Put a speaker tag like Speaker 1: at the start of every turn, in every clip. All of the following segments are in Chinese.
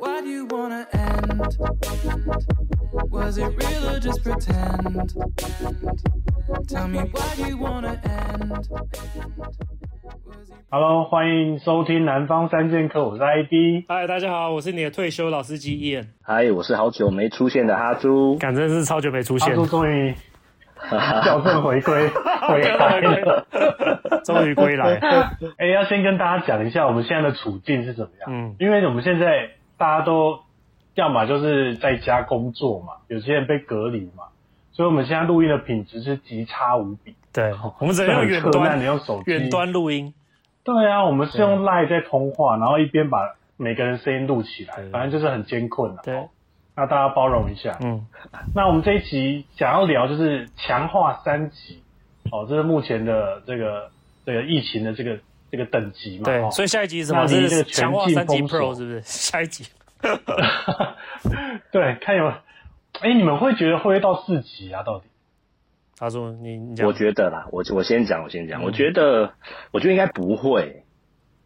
Speaker 1: how'd you wanna end? Was it real or just pretend? Tell me why'd you wanna end? Was it
Speaker 2: Hello，欢迎收听《南方三剑客》，我是 ID。
Speaker 3: 嗨，大家好，我是你的退休老司机 Ian，
Speaker 4: 嗨，我是好久没出现的哈猪，
Speaker 3: 感真是超久没出
Speaker 2: 阿
Speaker 3: 现，
Speaker 2: 叔终于校正回 归，回来了。
Speaker 3: 终于归来，
Speaker 2: 哎、要先跟大家讲一下我们现在的处境是怎么样。
Speaker 3: 嗯
Speaker 2: 因为我们现在大家都要么就是在家工作嘛，有些人被隔离嘛，所以我们现在录音的品质是极差无比。
Speaker 3: 对，我们只能用
Speaker 2: 这
Speaker 3: 远
Speaker 2: 很困难
Speaker 3: 端
Speaker 2: 你用手机
Speaker 3: 远端录音，
Speaker 2: 对啊，我们是用 Line 在通话，然后一边把每个人声音录起来
Speaker 3: 对，
Speaker 2: 反正就是很艰困啊。
Speaker 3: 对，
Speaker 2: 那大家包容一下。
Speaker 3: 嗯，
Speaker 2: 那我们这一集想要聊就是强化三级，哦，这是目前的这个这个疫情的这个这个等级嘛。
Speaker 3: 对，
Speaker 2: 哦、
Speaker 3: 所以下一集是什
Speaker 2: 那
Speaker 3: 么？
Speaker 2: 你这
Speaker 3: 是
Speaker 2: 个
Speaker 3: 强化
Speaker 2: 全
Speaker 3: 三
Speaker 2: 境
Speaker 3: 级
Speaker 2: 封锁
Speaker 3: Pro 是不是？ 下一集，
Speaker 2: 对，看有，哎、你们会觉得会不会到四级啊？到底？
Speaker 3: 他说你你讲
Speaker 4: 我，觉得啦，我我先讲，我先讲，我觉得我觉得应该不会，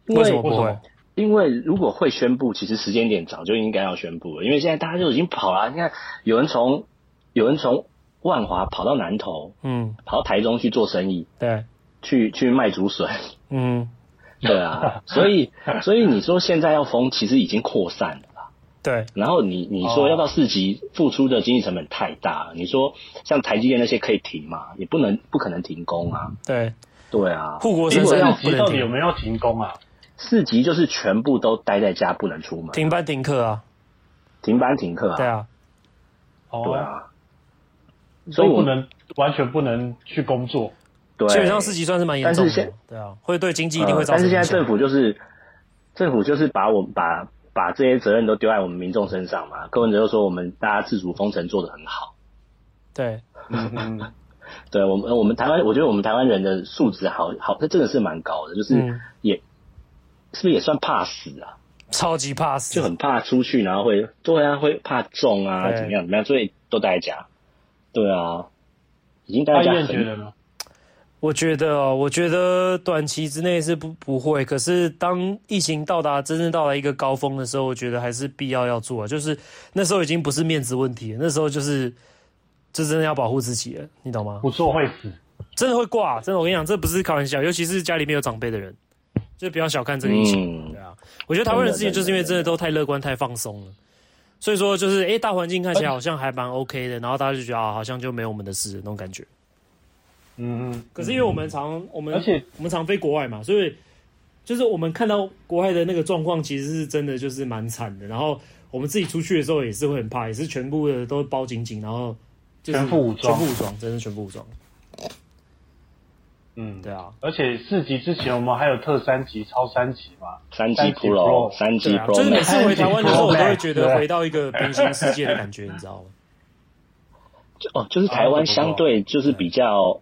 Speaker 3: 嗯为什么
Speaker 2: 为
Speaker 3: 不
Speaker 2: 什
Speaker 3: 会
Speaker 2: 么？
Speaker 4: 因为如果会宣布，其实时间点早就应该要宣布了，因为现在大家就已经跑了，你看有人从有人从万华跑到南投，
Speaker 3: 嗯，
Speaker 4: 跑到台中去做生意，
Speaker 3: 对，
Speaker 4: 去去卖竹 笋，
Speaker 3: 嗯，
Speaker 4: 对啊，所以所以你说现在要封，其实已经扩散了。
Speaker 3: 对，
Speaker 4: 然后你你说
Speaker 2: 哦
Speaker 4: 要到四级，付出的经济成本太大了。你说像台积电那些可以停嘛？也不能不可能停工啊。
Speaker 3: 对，
Speaker 4: 对啊，
Speaker 3: 护国
Speaker 4: 如
Speaker 3: 神
Speaker 4: 果
Speaker 3: 山
Speaker 4: 要
Speaker 2: 四
Speaker 3: 不
Speaker 2: 级
Speaker 3: 能
Speaker 2: 到底有
Speaker 3: 停，
Speaker 2: 没有停工啊？
Speaker 4: 四级就是全部都待在家，不能出门，
Speaker 3: 停班停课啊，
Speaker 4: 停班停课啊。
Speaker 3: 对啊，
Speaker 2: 哦，
Speaker 4: 对啊，所
Speaker 2: 所
Speaker 4: 以
Speaker 2: 以
Speaker 4: 我
Speaker 2: 不
Speaker 4: 们
Speaker 2: 能完全不能去工 作。
Speaker 4: 对，
Speaker 3: 基本上四级算是蛮严重
Speaker 4: 但是现
Speaker 3: 的，对啊，会对经济一
Speaker 4: 呃
Speaker 3: 定会造
Speaker 4: 但
Speaker 3: 成
Speaker 4: 是
Speaker 3: 影响。
Speaker 4: 现在政府就是政府就是把我们把把这些责任都丢在我们民众身上嘛。柯文哲就说我们大家自主封城做得很好。
Speaker 3: 对，
Speaker 2: 嗯嗯，
Speaker 4: 对我们，我们台湾，我觉得我们台湾人的素质好好，这真的是蛮高的，就是
Speaker 3: 嗯
Speaker 4: 也、是不是也算怕死啊？
Speaker 3: 超级怕死，
Speaker 4: 就很怕出去，然后会对啊，会怕中啊，
Speaker 3: 对
Speaker 4: 怎么样怎么样，所以都待在家。对啊，已经待
Speaker 2: 大
Speaker 4: 在家
Speaker 2: 院觉
Speaker 4: 很
Speaker 2: 得呢？
Speaker 3: 我觉得哦，我觉得短期之内是不不会，可是当疫情到达真正到达一个高峰的时候，我觉得还是必要要做啊。就是那时候已经不是面子问题了，那时候就是就真的要保护自己了，你懂吗？
Speaker 2: 不做会死。
Speaker 3: 真的会挂，啊真的，我跟你讲，这不是开玩笑，尤其是家里面有长辈的人，就不要小看这个疫情。
Speaker 4: 嗯
Speaker 3: 对，啊，我觉得台湾人之前就是因为真的都太乐观、太放松了，所以说就是诶，大环境看起来好像还蛮 OK 的，然后大家就觉得啊，好像就没有我们的事那种感觉。
Speaker 2: 嗯嗯，
Speaker 3: 可是因为我们常我们
Speaker 2: 而且
Speaker 3: 我们常飞国外嘛，所以就是我们看到国外的那个状况，其实是真的就是蛮惨的。然后我们自己出去的时候也是会很怕，也是全部的都包紧紧，然后就是
Speaker 2: 全副武装
Speaker 3: 全副武装，真的全副武装。
Speaker 2: 嗯，
Speaker 3: 对啊，
Speaker 2: 而且四级之前我们还有特三级、超三级嘛。
Speaker 4: 三级
Speaker 2: 三级
Speaker 4: Pro，
Speaker 2: Pro，
Speaker 4: 三级
Speaker 3: 对啊，就
Speaker 4: Pro，
Speaker 3: 是每次回台湾的时候，我都会觉
Speaker 2: 对
Speaker 3: 得
Speaker 2: 啊
Speaker 3: 回到一个平行世界的感觉，你 知道吗？
Speaker 4: 哦，就是台湾相对就是比较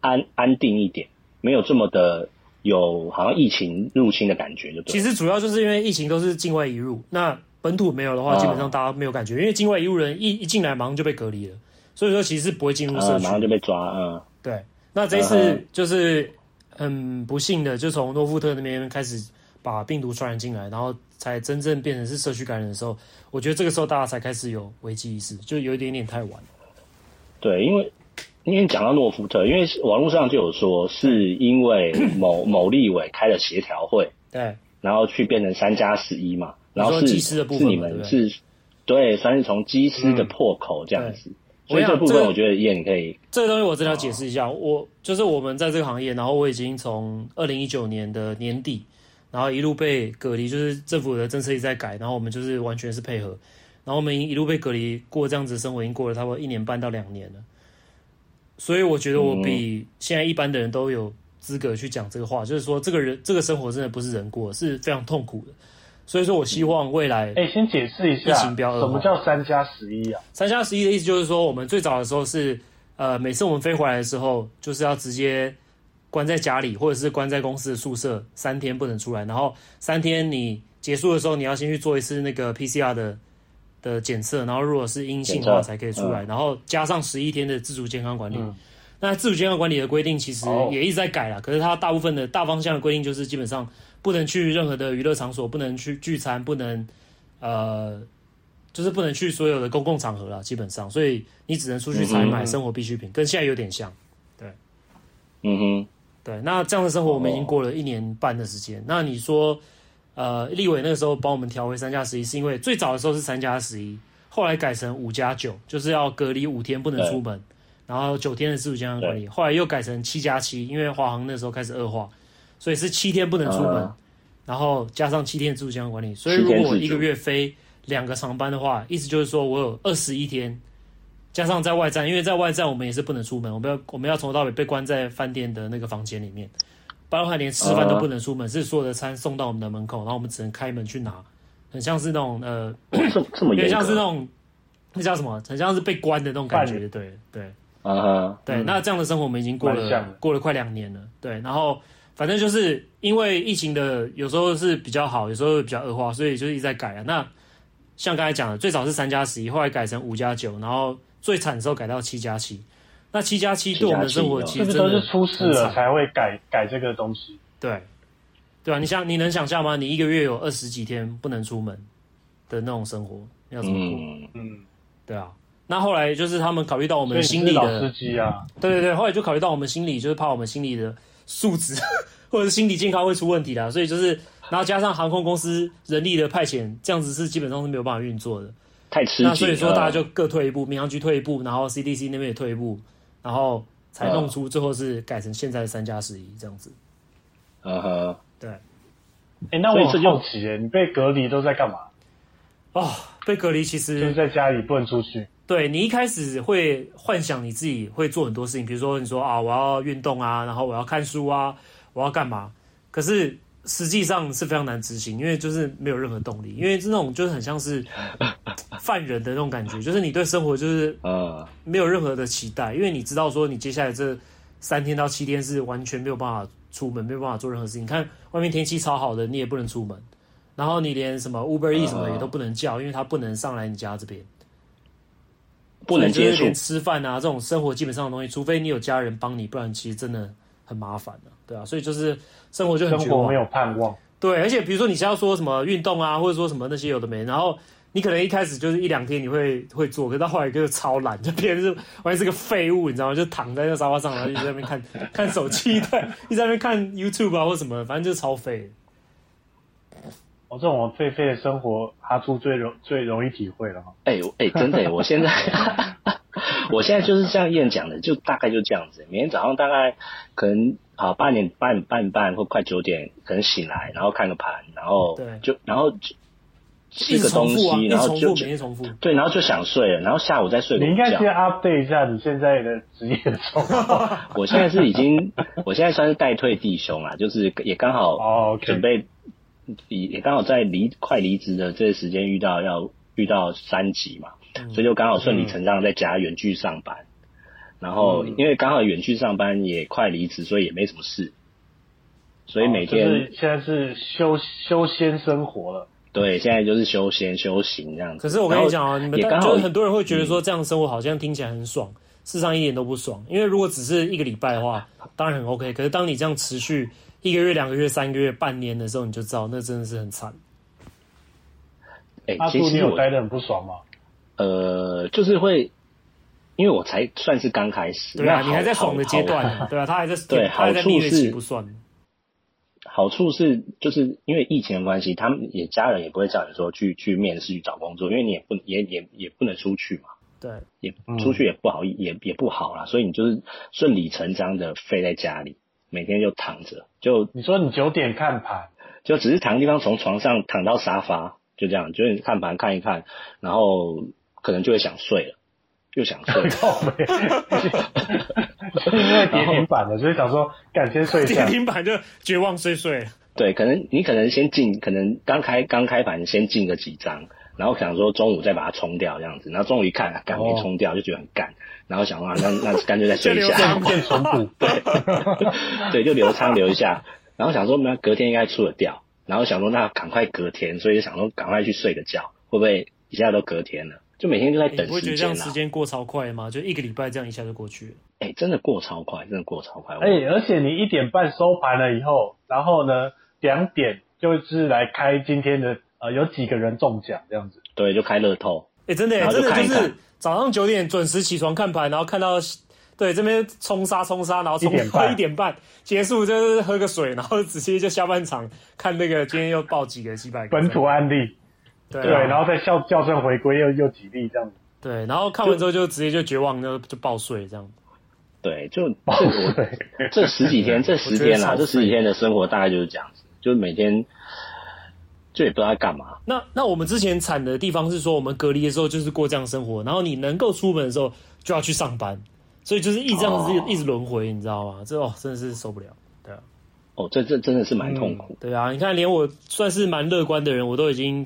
Speaker 4: 安安定一点，没有这么的有好像疫情入侵的感觉，就对了。
Speaker 3: 其实主要就是因为疫情都是境外移入，那本土没有的话，
Speaker 4: 嗯
Speaker 3: 基本上大家没有感觉，因为境外移入人一一进来马上就被隔离了，所以说其实是不会进入社
Speaker 4: 啊，
Speaker 3: 区的
Speaker 4: 马上就被抓，嗯，
Speaker 3: 对，那这一
Speaker 4: 嗯
Speaker 3: 次
Speaker 4: 哼
Speaker 3: 就是很不幸的，就从诺富特那边开始把病毒传染进来，然后才真正变成是社区感染的时候，我觉得这个时候大家才开始有危机意识，就有一点点太晚了。
Speaker 4: 对，因为因为讲到诺福特，因为是网络上就有说，是因为某某立委开了协调会，
Speaker 3: 对
Speaker 4: 然后去变成三加十一嘛，然后
Speaker 3: 你说
Speaker 4: 是
Speaker 3: 机师的部分
Speaker 4: 是你
Speaker 3: 嘛对
Speaker 4: 们
Speaker 3: 不
Speaker 4: 是，对，算是从机师的破口这样子，
Speaker 3: 对
Speaker 4: 所以
Speaker 3: 我
Speaker 4: 这
Speaker 3: 想
Speaker 4: 部
Speaker 3: 这
Speaker 4: 分
Speaker 3: 个
Speaker 4: 我觉得叶你可以，
Speaker 3: 这个东西我真的要解释一下，我就是我们在这个行业，然后我已经从二零一九年的年底，然后一路被隔离，就是政府的政策一直在改，然后我们就是完全是配合，然后我们一路被隔离过这样子的生活，已经过了差不多一年半到两年了，所以我觉得我比现在一般的人都有资格去讲这个话，就是说这个人这个生活真的不是人过，是非常痛苦的，所以说我希望未来
Speaker 2: 哎、先解释一下
Speaker 3: 疫
Speaker 2: 什
Speaker 3: 情标二
Speaker 2: 么叫三加十一啊？
Speaker 3: 三加十一的意思就是说，我们最早的时候是，呃，每次我们飞回来的时候，就是要直接关在家里，或者是关在公司的宿舍三天不能出来，然后三天你结束的时候，你要先去做一次那个 PCR 的的检测，然后如果是阴性的话
Speaker 4: 检测
Speaker 3: 才可以出来，然后加上十一天的自主健康管理。
Speaker 2: 嗯
Speaker 3: 那自主健康管理的规定其实
Speaker 2: 哦
Speaker 3: 也一直在改啦，可是它大部分的大方向的规定就是基本上不能去任何的娱乐场所，不能去聚餐，不能呃，就是不能去所有的公共场合了，基本上，所以你只能出去采买生活必需品，跟现在有点像。
Speaker 4: 嗯哼，
Speaker 3: 对，那这样的生
Speaker 4: 哦
Speaker 3: 活我们已经过了一年半的时间。那你说，呃，立伟那个时候帮我们调回三加十一，是因为最早的时候是三加十一，后来改成五加九，就是要隔离五天不能出门，然后九天的自主健康管理。后来又改成七加七，因为华航那时候开始恶化，所以是七天不能出门，
Speaker 4: 啊
Speaker 3: 然后加上七天的自主健康管理。所以
Speaker 4: 七
Speaker 3: 如
Speaker 4: 天
Speaker 3: 果我
Speaker 4: 自主
Speaker 3: 一个月飞两个长班的话，意思就是说我有二十一天。加上在外站，因为在外站我们也是不能出门，我们要我们要从头到尾被关在饭店的那个房间里面，包括连吃饭都不能出门，是所有的餐送到我们的门口，然后我们只能开门去拿，很像是那种呃，
Speaker 4: 这这
Speaker 3: 有
Speaker 4: 么
Speaker 3: 点
Speaker 4: 严
Speaker 3: 像是那
Speaker 4: 格
Speaker 3: 种那叫什么，很像是被关的那种感
Speaker 2: 半
Speaker 3: 觉，对对
Speaker 4: 啊哈，
Speaker 3: 对。那这样的生活我们已经过
Speaker 2: 嗯蛮像的
Speaker 3: 了过了快两年了，对。然后反正就是因为疫情的有时候是比较好，有时候比较恶化，所以就是一直在改啊。那像刚才讲的，最早是三加十一，后来改成五加九，然后最惨的时候改到七加七。那七加七对我们的生活其
Speaker 2: 这
Speaker 3: 实
Speaker 2: 个
Speaker 3: 真的
Speaker 2: 都是出事
Speaker 3: 很
Speaker 2: 了
Speaker 3: 惨
Speaker 2: 才会改改这个东西。
Speaker 3: 对，对啊，你想你能想象吗？你一个月有二十几天不能出门的那种生活，要怎么过？
Speaker 4: 嗯，
Speaker 2: 嗯，
Speaker 3: 对啊，那后来就是他们考虑到我
Speaker 2: 所以
Speaker 3: 们
Speaker 2: 你
Speaker 3: 心
Speaker 2: 是
Speaker 3: 理
Speaker 2: 老
Speaker 3: 的
Speaker 2: 司，机啊，
Speaker 3: 对对对，后来就考虑到我们心理，就是怕我们心理的素质 或者是心理健康会出问题啦，所以就是，然后加上航空公司人力的派遣，这样子是基本上是没有办法运作的。
Speaker 4: 太吃
Speaker 3: 那
Speaker 4: 紧呃
Speaker 3: 所以
Speaker 4: 了。
Speaker 3: 说大家就各退一步，民航局退一步，然后 CDC 那边也退一步，然后才弄出最后是改成现在的三加十一这样子。
Speaker 4: 嗯哼，
Speaker 3: 对。
Speaker 2: 哎、那我
Speaker 4: 嗯所以这
Speaker 2: 很
Speaker 4: 就
Speaker 2: 好奇、耶，你被隔离都在干嘛？
Speaker 3: 哦，被隔离其
Speaker 4: 嗯
Speaker 3: 实
Speaker 2: 就是在家里不能出去。
Speaker 3: 对你一开始会幻想你自己会做很多事情，比如说你说啊，我要运动啊，然后我要看书啊，我要干嘛？可是实际上是非常难执行，因为就是没有任何动力，因为这种就是很像是犯人的那种感觉，就是你对生活就是
Speaker 4: 嗯，
Speaker 3: 没有任何的期待，因为你知道说你接下来这三天到七天是完全没有办法出门，没有办法做任何事情。你看外面天气超好的，你也不能出门，然后你连什么 Uber E 什么的也都不能叫，因为它不能上来你家这边。
Speaker 4: 不能
Speaker 3: 所以
Speaker 4: 接
Speaker 3: 就是
Speaker 4: 触
Speaker 3: 连吃饭啊这种生活基本上的东西，除非你有家人帮你，不然其实真的很麻烦的、对啊，所以就是生活就很
Speaker 2: 生
Speaker 3: 绝
Speaker 2: 活
Speaker 3: 望
Speaker 2: 没。有盼望，
Speaker 3: 对，而且比如说你是要说什么运动啊，或者说什么那些有的没，然后你可能一开始就是一两天你会会做，可是到后来就超懒，就变成是完全是个废物，你知道吗？就躺在那沙发上，然后一直在那边 看看手机，对，一直在那边看 YouTube 啊或什么，反正就是超废的。
Speaker 2: 我、哦这种废废的生活，哈猪最容最容易体会了哈。
Speaker 4: 哎、我哎、真的、我 现在，我现在就是像燕讲的，就大概就这样子、每天早上大概可能好八点半半半或快九点，可能醒来，然后看个盘，然后
Speaker 3: 对
Speaker 4: 就然后就
Speaker 3: 一
Speaker 4: 吃
Speaker 3: 直
Speaker 4: 个
Speaker 3: 重
Speaker 4: 东
Speaker 3: 复啊，
Speaker 4: 西，
Speaker 3: 一直
Speaker 4: 然后
Speaker 3: 重
Speaker 4: 就
Speaker 3: 复，每天重复。
Speaker 4: 对，然后就想睡了，然后下午再睡
Speaker 2: 你
Speaker 4: 个
Speaker 2: 应
Speaker 4: 午
Speaker 2: 该先
Speaker 4: 觉。
Speaker 2: update 一下你现在的职业状况。
Speaker 4: 我现在是 已经，我现在算是代退弟兄啦，就是也刚好
Speaker 2: 哦，OK，
Speaker 4: 准备，也也刚好在离快离职的这个时间遇到要遇到三级嘛，
Speaker 3: 嗯
Speaker 4: 所以就刚好顺理成章在家远距上班。然后
Speaker 3: 嗯
Speaker 4: 因为刚好远距上班也快离职，所以也没什么事，所以每天、
Speaker 2: 哦就是现在是修修仙生活了。
Speaker 4: 对现在就是休闲休行这样子。
Speaker 3: 可是我跟你讲啊，
Speaker 4: 然后
Speaker 3: 你们
Speaker 4: 也刚
Speaker 3: 就
Speaker 4: 好嗯
Speaker 3: 是很多人会觉得说这样的生活好像听起来很爽，事实上一点都不爽。因为如果只是一个礼拜的话，当然很 OK。可是当你这样持续一个月、两个月、三个月、半年的时候，你就知道那真的是很惨。
Speaker 4: 哎、
Speaker 2: 哈猪，
Speaker 4: 其
Speaker 2: 你
Speaker 4: 实
Speaker 2: 有
Speaker 4: 我
Speaker 2: 待得很不爽吗？
Speaker 4: 呃就是会，因为我才算是刚开始，
Speaker 3: 对啊，
Speaker 4: 那
Speaker 3: 你还在
Speaker 4: 好
Speaker 3: 爽的阶段，呢，对啊，他还在
Speaker 4: 对
Speaker 3: 他还在
Speaker 4: 好处
Speaker 3: 蜜月期
Speaker 4: 是
Speaker 3: 不算。
Speaker 4: 好处是，就是因为疫情的关系，他们也家人也不会叫你说去去面试去找工作，因为你也不也也也不能出去嘛，
Speaker 3: 对，
Speaker 4: 也出去也不好，也也不好啦，所以你就是顺理成章的废在家里，每天就躺着，就
Speaker 2: 你说你九点看盘，，
Speaker 4: 就只是躺的地方，从床上躺到沙发，就这样，就是看盘看一看，然后可能就会想睡了，又想睡了
Speaker 2: 靠背， 就是因为跌停板了，所以想说赶先 睡一
Speaker 3: 跌
Speaker 2: 下。
Speaker 3: 停板就绝望碎碎了。
Speaker 4: 对，可能你可能先进，可能刚开刚开盘先进个几张，然后想说中午再把它冲掉这样子，然后中午一看，啊
Speaker 3: 哦
Speaker 4: 干没冲掉，就觉得很干，然后想说啊，那 那干脆再睡一
Speaker 3: 就留
Speaker 4: 下
Speaker 3: 着，
Speaker 2: 证券存股，
Speaker 4: 对，就留仓留一下，然后想说那隔天应该出得掉，然后想说那赶快隔天，所以就想说赶快去睡个觉，会不会一下都隔天了？就每天就在
Speaker 3: 你不
Speaker 4: 等
Speaker 3: 会觉得这
Speaker 4: 时间
Speaker 3: 样
Speaker 4: 啦
Speaker 3: 时。间过超快吗？就一个礼拜这样一下就过去了。
Speaker 4: 哎、真的过超快，真的过超快。我
Speaker 2: 哎、而且你一点半收盘了以后，然后呢，两点就是来开今天的呃有几个人中奖这样子。
Speaker 4: 对，就开乐透，
Speaker 3: 哎、真的耶、
Speaker 4: 然后
Speaker 3: 真
Speaker 4: 就
Speaker 3: 的就
Speaker 4: 看一看
Speaker 3: 是早上九点准时起床看牌，然后看到对这边冲杀冲杀，然后冲
Speaker 2: 1点
Speaker 3: 到
Speaker 2: 半
Speaker 3: 一点半结束，就是喝个水，然后直接就下半场看那个今天又爆几个几百个
Speaker 2: 本土案例，
Speaker 3: 对
Speaker 2: 啊对，
Speaker 3: 啊
Speaker 2: 然后再校校正回归又又几例这样子。
Speaker 3: 对，然后看完之后就直接就绝望，就就爆睡这样。
Speaker 4: 对，就这
Speaker 2: 哦
Speaker 4: 我
Speaker 2: 对，
Speaker 4: 这十几天，这十天啦、
Speaker 3: 我觉得超
Speaker 4: 这十几天的生活大概就是这样子，就每天就也不知道在干嘛。
Speaker 3: 那那我们之前惨的地方是说，我们隔离的时候就是过这样生活，然后你能够出门的时候就要去上班，所以就是一这样子、
Speaker 4: 哦
Speaker 3: 一直轮回，你知道吗？这哦真的是受不了。对啊，
Speaker 4: 哦，这这真的是蛮痛苦。
Speaker 3: 对啊，你看连我算是蛮乐观的人，我都已经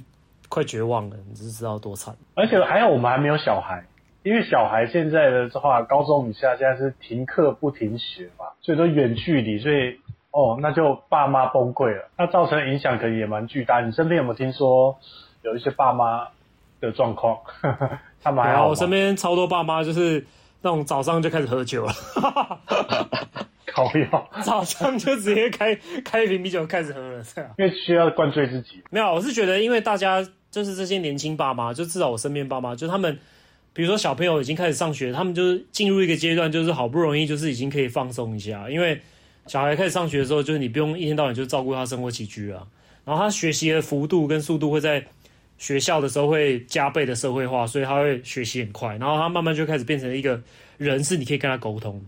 Speaker 3: 快绝望了，你就知道多惨。
Speaker 2: 而且还有我们还没有小孩，因为小孩现在的话，高中以下现在是停课不停学嘛，所以都远距离，所以哦，那就爸妈崩溃了，那造成的影响可能也蛮巨大。你身边有没有听说有一些爸妈的状况？ 他们还
Speaker 3: 然
Speaker 2: 好
Speaker 3: 后
Speaker 2: 吗
Speaker 3: 我身 边超多爸妈就是那种早上就开始喝酒了，
Speaker 2: 靠药，
Speaker 3: 早上就直接开开一瓶啤酒开始喝了，啊这样。
Speaker 2: 因为需要灌醉自己。
Speaker 3: 没有，我是觉得，因为大家就是这些年轻爸妈，就至少我身边爸妈，就他们，比如说小朋友已经开始上学，他们就是进入一个阶段，就是好不容易就是已经可以放松一下，因为小孩开始上学的时候，就是你不用一天到晚就照顾他生活起居啊，然后他学习的幅度跟速度会在学校的时候会加倍的社会化，所以他会学习很快，然后他慢慢就开始变成一个人，是你可以跟他沟通的。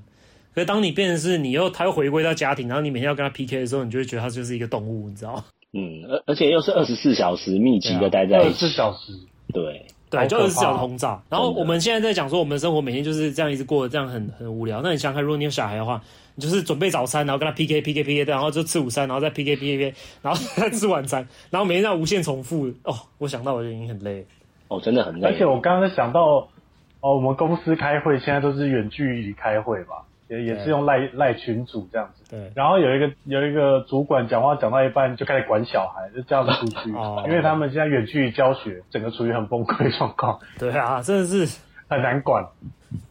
Speaker 3: 可是当你变成是你又他又回归到家庭，然后你每天要跟他 PK 的时候，你就会觉得他就是一个动物，你知道吗？
Speaker 4: 嗯，而而且又是二十四小时密集的待在
Speaker 2: 啊二
Speaker 4: 一
Speaker 2: 十
Speaker 4: 起
Speaker 2: 四。小时，
Speaker 4: 对，
Speaker 3: 对，
Speaker 2: 好
Speaker 3: 就
Speaker 2: 可
Speaker 3: 二
Speaker 2: 怕
Speaker 3: 十四小时轰炸。然后
Speaker 4: 真的
Speaker 3: 我们现在在讲说，我们的生活每天就是这样一直过，这样很很无聊。那你想想看，如果你有小孩的话，你就是准备早餐，然后跟他 PK PK PK，然后就吃午餐，然后再 PK PK PK，然后再吃晚餐，然后每天这样无限重复。哦，我想到我就已经很累了。
Speaker 4: 哦，真的很累。
Speaker 2: 而且我刚刚想到，哦，我们公司开会现在都是远距离开会嘛，也也是
Speaker 3: 对
Speaker 2: 用赖赖群组这样子。
Speaker 3: 对，
Speaker 2: 然后有一个有一个主管讲话讲到一半就开始管小孩，就叫他们出去
Speaker 3: 哦，
Speaker 2: 因为他们现在远距离教学，整个处于很崩溃的状况，
Speaker 3: 对啊，真的是
Speaker 2: 很难管。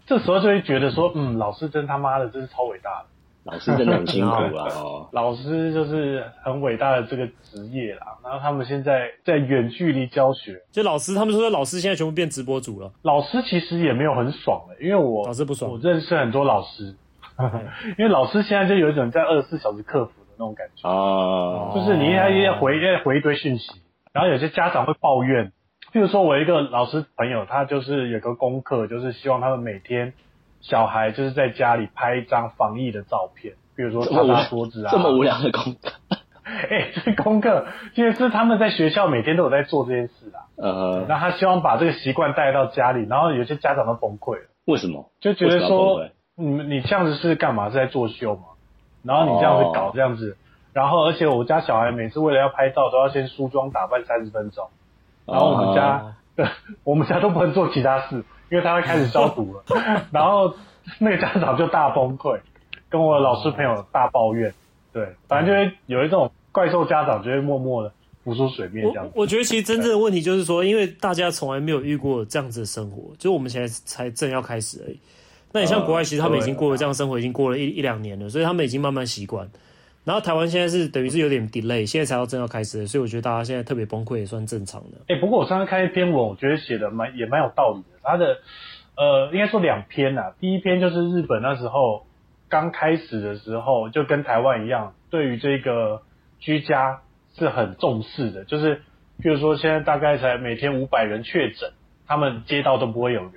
Speaker 2: 这时候就会觉得说，嗯，老师真他妈的，真是超伟大的，
Speaker 4: 老师真的很 辛苦啊。哦，
Speaker 2: 老师就是很伟大的这个职业啦。然后他们现在在远距离教学，
Speaker 3: 就老师，他们说老师现在全部变直播主了。
Speaker 2: 老师其实也没有很爽的、因为我
Speaker 3: 老师不爽
Speaker 2: 我认识很多老 师，因为老师现在就有一种在二十四小时克服的那种感觉。
Speaker 4: 哦，
Speaker 2: 就是你要要回要回一堆讯息，然后有些家长会抱怨，譬如说我一个老师朋友，他就是有个功课，就是希望他们每天小孩就是在家里拍一张防疫的照片，比如说
Speaker 4: 这
Speaker 2: 擦
Speaker 4: 么无
Speaker 2: 擦桌子啊，
Speaker 4: 这 么无聊的功课。
Speaker 2: 哎、这功课其实是他们在学校每天都有在做这件事啊，
Speaker 4: 呃，
Speaker 2: 那他希望把这个习惯带到家里，然后有些家长都崩溃了，
Speaker 4: 为什么？
Speaker 2: 就觉
Speaker 4: 为什
Speaker 2: 得
Speaker 4: 么要崩
Speaker 2: 说
Speaker 4: 溃
Speaker 2: 你们你这样子是干嘛？是在作秀吗？然后你这样子搞
Speaker 4: 哦
Speaker 2: 这样子，然后而且我家小孩每次为了要拍照都要先梳妆打扮三十分钟，然后我们家、
Speaker 3: 哦
Speaker 2: 我们家都不能做其他事，因为他会开始消 毒了，然后那个家长就大崩溃，跟我老师朋友
Speaker 4: 哦
Speaker 2: 大抱怨，对，反正就会有一种怪兽家长就会默默的浮出水面
Speaker 3: 我
Speaker 2: 这样子，
Speaker 3: 我觉得其实真正的问题就是说，因为大家从来没有遇过这样子的生活，就我们现在才正要开始而已。那你像国外，其实他们已经过了这样的生活，已经过了一一两年了，所以他们已经慢慢习惯。然后台湾现在是等于是有点 delay，现在才要正要开始，所以我觉得大家现在特别崩溃也算正常的。
Speaker 2: 哎、不过我上次看一篇文，我觉得写的蛮也蛮有道理的。他的呃，应该说两篇呐、第一篇就是日本那时候刚开始的时候，就跟台湾一样，对于这个居家是很重视的。就是譬如说，现在大概才每天五百人确诊，他们街道都不会有人。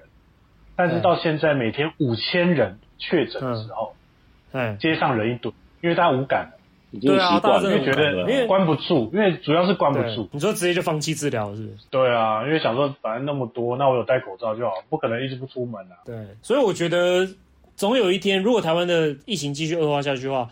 Speaker 2: 但是
Speaker 3: 对嗯
Speaker 2: 到现在每天五千人确诊的时候，
Speaker 3: 哎，
Speaker 2: 街上人一堆，因为大家无感了，
Speaker 4: 已经习
Speaker 3: 对啊大家
Speaker 4: 惯
Speaker 3: 真
Speaker 2: 因
Speaker 3: 的
Speaker 2: 为
Speaker 4: 了，
Speaker 2: 觉得
Speaker 3: 无感因为
Speaker 2: 关不住，因为主要是关不
Speaker 3: 对
Speaker 2: 住。
Speaker 3: 你说直接就放弃治疗是不是？
Speaker 2: 对啊，因为想说反正那么多，那我有戴口罩就好，不可能一直不出门啊。
Speaker 3: 对，所以我觉得总有一天，如果台湾的疫情继续恶化下去的话，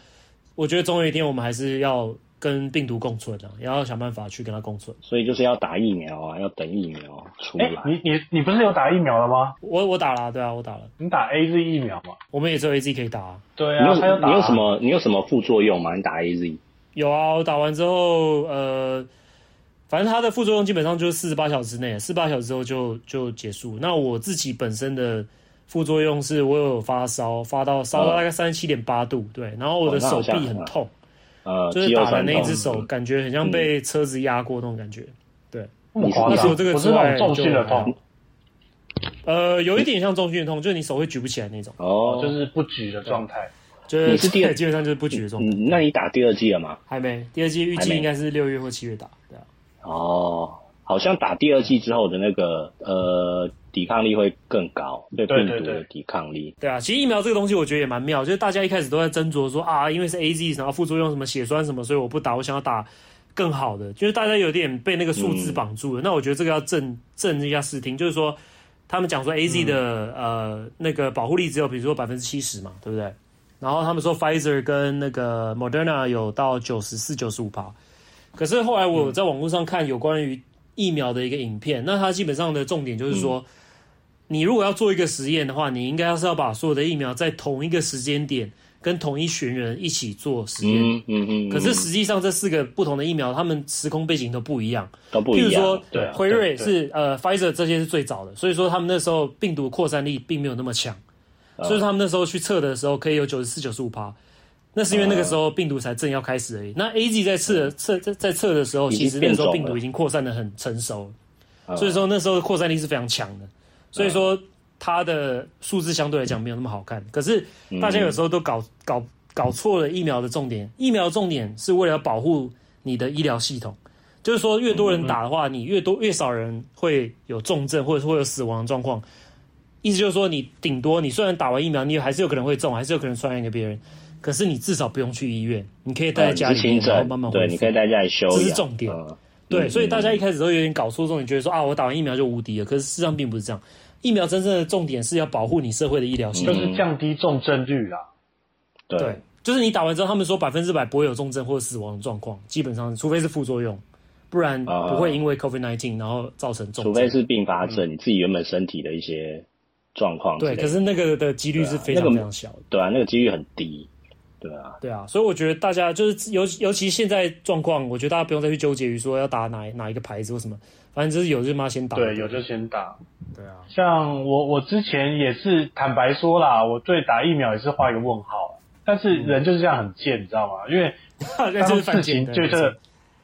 Speaker 3: 我觉得总有一天我们还是要跟病毒共存啊，也要想办法去跟它共存。
Speaker 4: 所以就是要打疫苗啊，要等疫苗出
Speaker 2: 哎、
Speaker 4: 来。
Speaker 2: 你你你不是有打疫苗了吗？
Speaker 3: 我我打了，对啊，我打了，
Speaker 2: 你打 A Z 疫苗吗？
Speaker 3: 我们也只有 A Z 可以打啊、
Speaker 2: 对
Speaker 4: 你
Speaker 2: 啊，
Speaker 4: 有
Speaker 2: 还有打、
Speaker 4: 你有什？么你有什么副作用吗？你打 AZ
Speaker 3: 有啊，我打完之后，呃，反正它的副作用基本上就是四十八小时内，四十八小时之后就就结束。那我自己本身的副作用是我有发烧，发到烧到大概三十七点八度，对，然后我的
Speaker 4: 哦哦
Speaker 3: 手
Speaker 4: 那好
Speaker 3: 臂
Speaker 4: 像
Speaker 3: 很痛，
Speaker 4: 呃，
Speaker 3: 就是
Speaker 4: 肌肉
Speaker 3: 打的
Speaker 4: 酸
Speaker 3: 那
Speaker 4: 痛嗯
Speaker 3: 一只手，感觉很像被车子压过那种感觉。对，
Speaker 2: 那么
Speaker 3: 那
Speaker 2: 夸
Speaker 3: 除
Speaker 2: 张，
Speaker 3: 了这个
Speaker 2: 我
Speaker 3: 之
Speaker 2: 是那
Speaker 3: 外
Speaker 2: 种重训的
Speaker 3: 就
Speaker 2: 痛，
Speaker 3: 呃，有一点像中训痛，就是你手会举不起来那种，
Speaker 4: 哦，
Speaker 2: 就是不举的状态。
Speaker 3: 就是
Speaker 4: 你是第二
Speaker 3: 对基本上就是不举的状态。
Speaker 4: 嗯，那你打第二季了吗？
Speaker 3: 还没，第二季预
Speaker 4: 还
Speaker 3: 计
Speaker 4: 没
Speaker 3: 应该是六月或七月打，对啊，
Speaker 4: 哦，好像打第二季之后的那个呃抵抗力会更高，对
Speaker 2: 对
Speaker 4: 病
Speaker 2: 对
Speaker 4: 毒的
Speaker 2: 对
Speaker 4: 抵抗力。
Speaker 3: 对啊。其实疫苗这个东西我觉得也蛮妙，就是大家一开始都在斟酌说啊，因为是 A Z，然后副作用什么血栓什么，所以我不打，我想要打更好的，就是大家有点被那个数字绑住了。那我觉得这个要正正一下视听，就是说他们讲说 A Z 的、呃那个保护力只有比如说百分之七十嘛，对不对？然后他们说 Pfizer 跟那个 Moderna 有到九十四、九十五趴，可是后来我有在网络上看有关于疫苗的一个影片，那它基本上的重点就是说，你如果要做一个实验的话，你应该是要把所有的疫苗在同一个时间点跟同一群人一起做实验。
Speaker 4: 嗯嗯嗯。
Speaker 3: 可是
Speaker 4: 嗯
Speaker 3: 实际上，这四个不同的疫苗，它们时空背景都不一样。
Speaker 4: 都不
Speaker 3: 譬
Speaker 4: 一
Speaker 3: 如
Speaker 4: 样
Speaker 3: 说，，
Speaker 2: 对啊
Speaker 3: 辉瑞
Speaker 2: 对
Speaker 3: 是呃 Pfizer 这些是最早的，所以说他们那时候病毒扩散力并没有那么强，所以说他们那时候去测的时候可以有九十四、九十五趴，那是因为那个时候病毒才正要开始而已。那 A G 在测的测在在测的时候，
Speaker 4: 已
Speaker 3: 其
Speaker 4: 经
Speaker 3: 实那时候
Speaker 4: 变种
Speaker 3: 病毒
Speaker 4: 了
Speaker 3: 已经扩散的很成熟，
Speaker 4: 嗯
Speaker 3: 所以说那时候的扩散力是非常强的，所以说它的数字相对来讲没有那么好看。可是大家有时候都搞搞搞错了疫苗的重点，疫苗的重点是为了保护你的医疗系统，就是说越多人打的话，你越多越少人会有重症或者是会有死亡的状况。意思就是说，你顶多你虽然打完疫苗，你还是有可能会中，还是有可能传染给别人，可是你至少不用去医院，你可以待在
Speaker 4: 呃
Speaker 3: 家
Speaker 4: 你
Speaker 3: 里
Speaker 4: 是
Speaker 3: 面，
Speaker 4: 轻
Speaker 3: 然后
Speaker 4: 症
Speaker 3: 慢慢，恢
Speaker 4: 对，
Speaker 3: 复
Speaker 4: 你可以在家里休养。
Speaker 3: 这是重点
Speaker 4: 嗯
Speaker 3: 对，所以大家一开始都有点搞错重点，觉得说啊，我打完疫苗就无敌了。可是事实上并不是这样，疫苗真正的重点是要保护你社会的医疗系
Speaker 2: 就
Speaker 3: 统。
Speaker 2: 是降低重症率啦。
Speaker 4: 嗯对
Speaker 3: 对，就是你打完之后，他们说百分之百不会有重症或死亡的状况，基本上除非是副作用，不然
Speaker 4: 啊
Speaker 3: 不会因为 COVID 1 9然后造成重症。嗯
Speaker 4: 除非是并发症，你自己原本身体的一些状况之类
Speaker 3: 对，
Speaker 4: 的。
Speaker 3: 可是那个的几率
Speaker 2: 啊
Speaker 3: 是非
Speaker 4: 那
Speaker 3: 常
Speaker 4: 个
Speaker 3: 非常小的。
Speaker 4: 对啊，那个几率很低。对啊，
Speaker 3: 对啊，所以我觉得大家就是尤尤其现在状况，我觉得大家不用再去纠结于说要打哪哪一个牌子或什么，反正就是有就妈先打。
Speaker 2: 对，有就先打。
Speaker 3: 对啊，
Speaker 2: 像我，我之前也是坦白说啦，我对打疫苗也是画一个问号。啊但是人就是这样很贱，你知道吗？因为
Speaker 3: 那
Speaker 2: 当
Speaker 3: 就是
Speaker 2: 时
Speaker 3: 犯
Speaker 2: 事
Speaker 3: 贱
Speaker 2: 情
Speaker 3: 的。
Speaker 2: 觉
Speaker 3: 没错
Speaker 2: 得，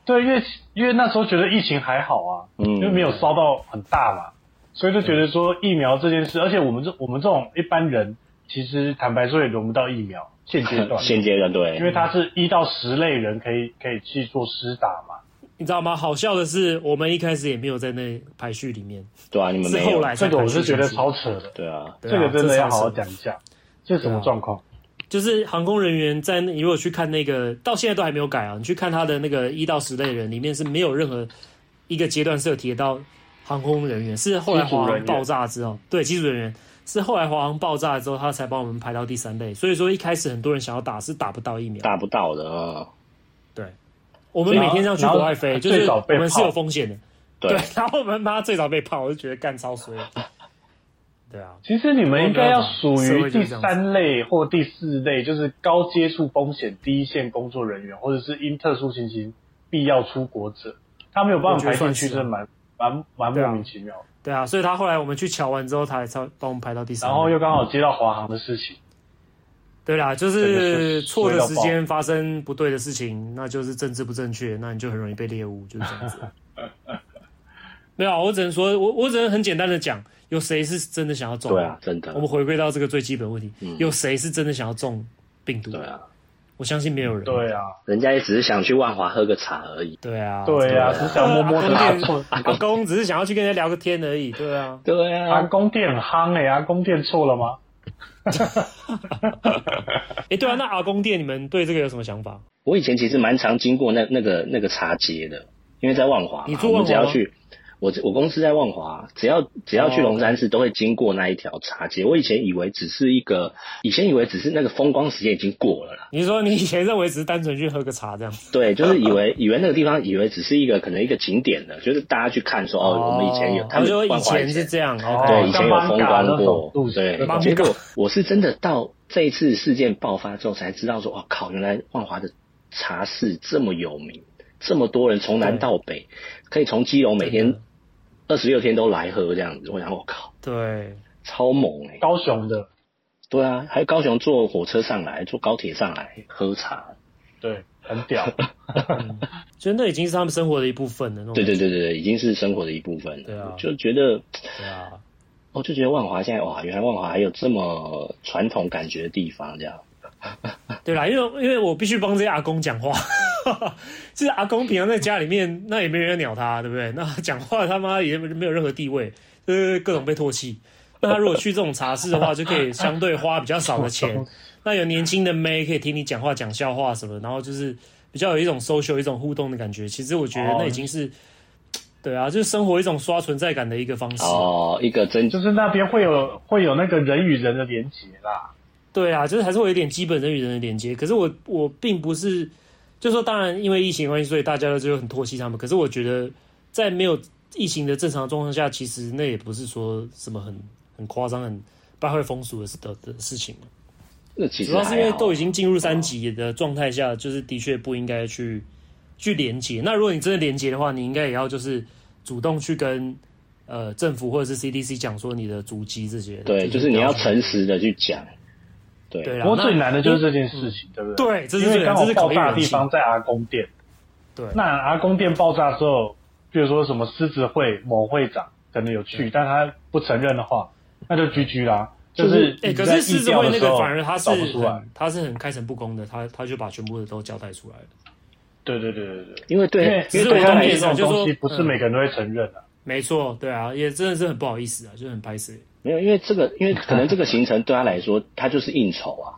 Speaker 2: 对，因为因为那时候觉得疫情还好啊，
Speaker 4: 嗯
Speaker 2: 因为没有烧到很大嘛，所以就觉得说疫苗这件事，而且我们这我们这种一般人，其实坦白说也轮不到疫苗，现阶 段，
Speaker 4: 现阶段
Speaker 2: 因为
Speaker 4: 对，
Speaker 2: 它是一到十类人可以可以去做施打嘛，
Speaker 3: 你知道吗？好笑的是，我们一开始也没有在那排序里面，
Speaker 4: 对啊，你们
Speaker 3: 是
Speaker 4: 没
Speaker 3: 后
Speaker 4: 有。
Speaker 3: 哎来才
Speaker 2: 这个我
Speaker 3: 排序
Speaker 2: 是觉得
Speaker 3: 进去
Speaker 2: 超扯的，
Speaker 4: 对啊，
Speaker 3: 对
Speaker 2: 这
Speaker 3: 啊
Speaker 2: 个真的要好好
Speaker 3: 这超
Speaker 2: 讲一下，这是什么
Speaker 3: 对啊
Speaker 2: 状况？
Speaker 3: 就是航空人员在那，你如果去看那个，到现在都还没有改啊。你去看他的那个一到十类人里面是没有任何一个阶段是有提到航空人员，是后来华
Speaker 2: 机组人
Speaker 3: 航
Speaker 2: 员
Speaker 3: 爆炸之
Speaker 2: 嗯
Speaker 3: 后，对机组人员是后来华航爆炸之后，他才把我们排到第三类。所以说一开始很多人想要打是打不到疫苗，
Speaker 4: 打不到的啊。
Speaker 3: 对。我们每天这样去国外飞，
Speaker 2: 然后
Speaker 3: 就是
Speaker 2: 最早
Speaker 3: 我
Speaker 2: 被
Speaker 3: 们是
Speaker 2: 泡
Speaker 3: 有风险的，
Speaker 4: 对
Speaker 3: 对。 然后我们妈最早被泡，我就觉得干超衰，对啊。
Speaker 2: 其实你们应该要属
Speaker 3: 社
Speaker 2: 于
Speaker 3: 会就
Speaker 2: 第
Speaker 3: 是这样子
Speaker 2: 三类或第四类，就是高接触风险第一线工作人员，或者是因特殊情形必要出国者，他没有办
Speaker 3: 我
Speaker 2: 法
Speaker 3: 觉得
Speaker 2: 排进
Speaker 3: 算
Speaker 2: 去，
Speaker 3: 是啊
Speaker 2: 真的蛮蛮蛮
Speaker 3: 对啊
Speaker 2: 莫名其妙的。
Speaker 3: 对啊，所以他后来我们去瞧完之后，他还超帮我们排到第三
Speaker 2: 然
Speaker 3: 名。
Speaker 2: 后又刚好接到华航的事情，
Speaker 3: 对啦，就
Speaker 2: 真
Speaker 3: 是
Speaker 2: 的是
Speaker 3: 错的时间发生不对的事情，那就是政治不正确，那你就很容易被猎物，就是这样子。 没有啊，我只能说，我我只能很简单的讲，有谁是真的想要中？
Speaker 4: 对啊，，真的
Speaker 3: 我。们回归到这个最基本问题，有谁是真的想要中病毒？
Speaker 4: 对啊，
Speaker 3: 我相信没有人。
Speaker 2: 对啊，
Speaker 4: 人家也只是想去万华喝个茶而已。
Speaker 3: 对啊，
Speaker 2: 对啊，
Speaker 4: 对啊
Speaker 2: 只想摸摸
Speaker 3: 阿
Speaker 2: 他
Speaker 3: 公。店阿公只是想要去跟人家聊个天而已。对啊，
Speaker 4: 对
Speaker 2: 阿
Speaker 4: 啊，
Speaker 2: 公店夯哎，阿公店错了吗？
Speaker 3: 哎，对啊，那阿公店你们对这个有什么想法？
Speaker 4: 我以前其实蛮常经过那那个那个茶街的，因为在万华嘛，
Speaker 3: 你住
Speaker 4: 我
Speaker 3: 万华吗
Speaker 4: 们只要去，我我公司在万华，只要只要去
Speaker 3: 哦
Speaker 4: 龙山寺都会经过那一条茶街。我以前以为只是一个，以前以为只是那个风光时间已经过了啦，
Speaker 3: 你是说你以前认为只是单纯去喝个茶这样子，
Speaker 4: 对，就是 以为以为那个地方以为只是一个可能一个景点的，就是大家去看说哦，我们以前有，他
Speaker 3: 他
Speaker 4: 们
Speaker 3: 说
Speaker 4: 万
Speaker 3: 以
Speaker 4: 华
Speaker 3: 前是这样，哦
Speaker 4: 对，
Speaker 2: 哦
Speaker 4: 以前有
Speaker 2: 像
Speaker 4: 风光
Speaker 2: Manga 那
Speaker 4: 过
Speaker 2: 种路，线
Speaker 4: 对
Speaker 2: 那。种
Speaker 4: 结果我是真的到这一次事件爆发之后才知道说，哇靠，原来万华的茶室这么有名，这么多人从南到北，可以从基隆每
Speaker 3: 真
Speaker 4: 天
Speaker 3: 的
Speaker 4: 二十六天都来喝这样子。我想，我靠，
Speaker 3: 对，
Speaker 4: 超猛哎、
Speaker 2: 高雄的，
Speaker 4: 对啊，还有高雄坐火车上来，坐高铁上来喝茶，
Speaker 2: 对，很 屌。
Speaker 3: 就那已经是他们生活的一部分了。那种
Speaker 4: 对对对对对，已经是生活的一部分了。
Speaker 3: 对啊
Speaker 4: 就觉得
Speaker 3: 对啊，
Speaker 4: 我就觉得万华现在哇，原来万华还有这么传统感觉的地方，这样。
Speaker 3: 对啦，因为因为我必须帮这些阿公讲话， 就是阿公平常在家里面，那也没人鸟他，对不对？那他讲话他妈也没有任何地位，就是各种被唾弃。那他如果去这种茶室的话，就可以相对花比较少的 钱，那有年轻的妹可以听你讲话、讲笑话什么，然后就是比较有一种 social 一种互动的感觉。其实我觉得那已经是，对啊，就是生活一种刷存在感的一个方式。
Speaker 4: 哦，一个真
Speaker 2: 就是那边会有会有那个人与人的连接啦。
Speaker 3: 对啊，就是还是会有一点基本人与人的连接。可是我我并不是，就说当然因为疫情的关系，所以大家就很唾弃他们。可是我觉得在没有疫情的正常状况下，其实那也不是说什么很很夸张、很败坏风俗的事的的事情。
Speaker 4: 那其实
Speaker 3: 主要是因为
Speaker 4: 还好啊
Speaker 3: 都已经进入三级的状态下，就是的确不应该去去连接。那如果你真的连接的话，你应该也要就是主动去跟呃政府或者是 CDC 讲说你的足迹这些。
Speaker 4: 对，就是你要
Speaker 3: 不
Speaker 4: 诚实的去讲。对，
Speaker 3: 对啦。啊
Speaker 2: 不过最
Speaker 3: 那嗯
Speaker 2: 难的就是这件事情，对不对？
Speaker 3: 对，这是
Speaker 2: 因
Speaker 3: 最
Speaker 2: 为刚
Speaker 3: 难，
Speaker 2: 好
Speaker 3: 这是考
Speaker 2: 爆
Speaker 3: 验
Speaker 2: 炸的
Speaker 3: 人
Speaker 2: 地
Speaker 3: 性
Speaker 2: 方在阿公店，
Speaker 3: 对，
Speaker 2: 那阿公店爆炸之后，比如说什么狮子会某会长可能有去，但他不承认的话，那就居居啦。就是
Speaker 3: 哎、
Speaker 2: 你
Speaker 3: 可
Speaker 2: 在
Speaker 3: 是
Speaker 2: 意
Speaker 3: 狮子
Speaker 2: 调的
Speaker 3: 会那
Speaker 2: 时
Speaker 3: 个
Speaker 2: 候
Speaker 3: 反而他是
Speaker 2: 找不出来
Speaker 3: 很，他是很开诚布公的，他他就把全部的都交代出来了。
Speaker 2: 对对对对对，
Speaker 4: 因为对，
Speaker 2: 因为
Speaker 3: 只
Speaker 2: 因
Speaker 3: 是
Speaker 2: 为对
Speaker 3: 我
Speaker 2: 他
Speaker 3: 懂
Speaker 2: 来
Speaker 3: 你的意
Speaker 2: 这
Speaker 3: 思
Speaker 2: 种
Speaker 3: 就是
Speaker 2: 东西
Speaker 3: 说
Speaker 2: 不是
Speaker 3: 嗯
Speaker 2: 每个人都会承认的、
Speaker 3: 没错，对啊，也真的是很不好意思啊，就是很拍死。
Speaker 4: 没有，因为这个，因为可能这个行程对他来说，他就是应酬啊。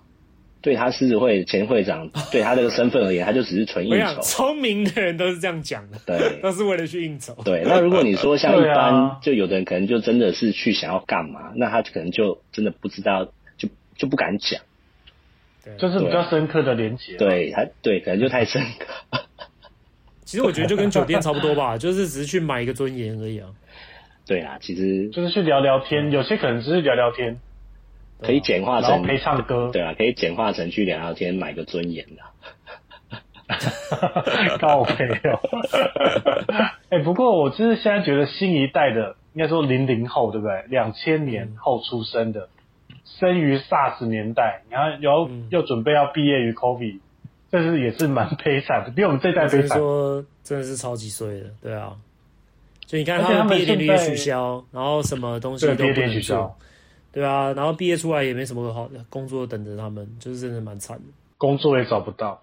Speaker 4: 对他狮子会前会 长，对他这个身份而言，他就只是纯
Speaker 3: 我
Speaker 4: 应
Speaker 3: 想
Speaker 4: 酬。
Speaker 3: 聪明的人都是这样讲的，
Speaker 4: 对
Speaker 3: 都是为了去应酬。
Speaker 4: 对，那如果你说像一
Speaker 2: 对啊
Speaker 4: 般，就有的人可能就真的是去想要干嘛，那他可能就真的不知道，就就不敢讲。
Speaker 3: 对，啊
Speaker 2: 就是比较深刻的连接。，
Speaker 4: 对他，对，可能就太深刻。
Speaker 3: 其实我觉得就跟酒店差不多吧，就是只是去买一个尊严而已啊。
Speaker 4: 对啦，其实
Speaker 2: 就是去聊聊天，有些可能只是聊聊天，
Speaker 4: 可
Speaker 3: 啊
Speaker 4: 以简化
Speaker 2: 然后
Speaker 4: 成，
Speaker 2: 陪唱歌，
Speaker 4: 对啊，可以简化成去聊聊天，买个尊严啊啦。
Speaker 2: 告白哦。哎、不过我就是现在觉得新一代的，应该说零零后，对不对？两千年后出生的，生于 SARS 年代，然后又、
Speaker 3: 嗯
Speaker 2: 又准备要毕业于 COVID，这是也是蛮悲惨的，比我们这代
Speaker 3: 只
Speaker 2: 悲
Speaker 3: 是
Speaker 2: 惨。
Speaker 3: 说真的是超级衰的，对啊。就你看
Speaker 2: 而
Speaker 3: 他
Speaker 2: 且他
Speaker 3: 们
Speaker 2: 们
Speaker 3: 毕业典礼
Speaker 2: 现
Speaker 3: 也
Speaker 2: 在
Speaker 3: 取消，然后什么东西
Speaker 2: 对
Speaker 3: 都
Speaker 2: 毕业
Speaker 3: 不
Speaker 2: 典礼
Speaker 3: 能
Speaker 2: 取
Speaker 3: 做
Speaker 2: 消，，
Speaker 3: 对啊，然后毕业出来也没什么好工作等着他们，就是真的蛮惨的。
Speaker 2: 工作也找不到。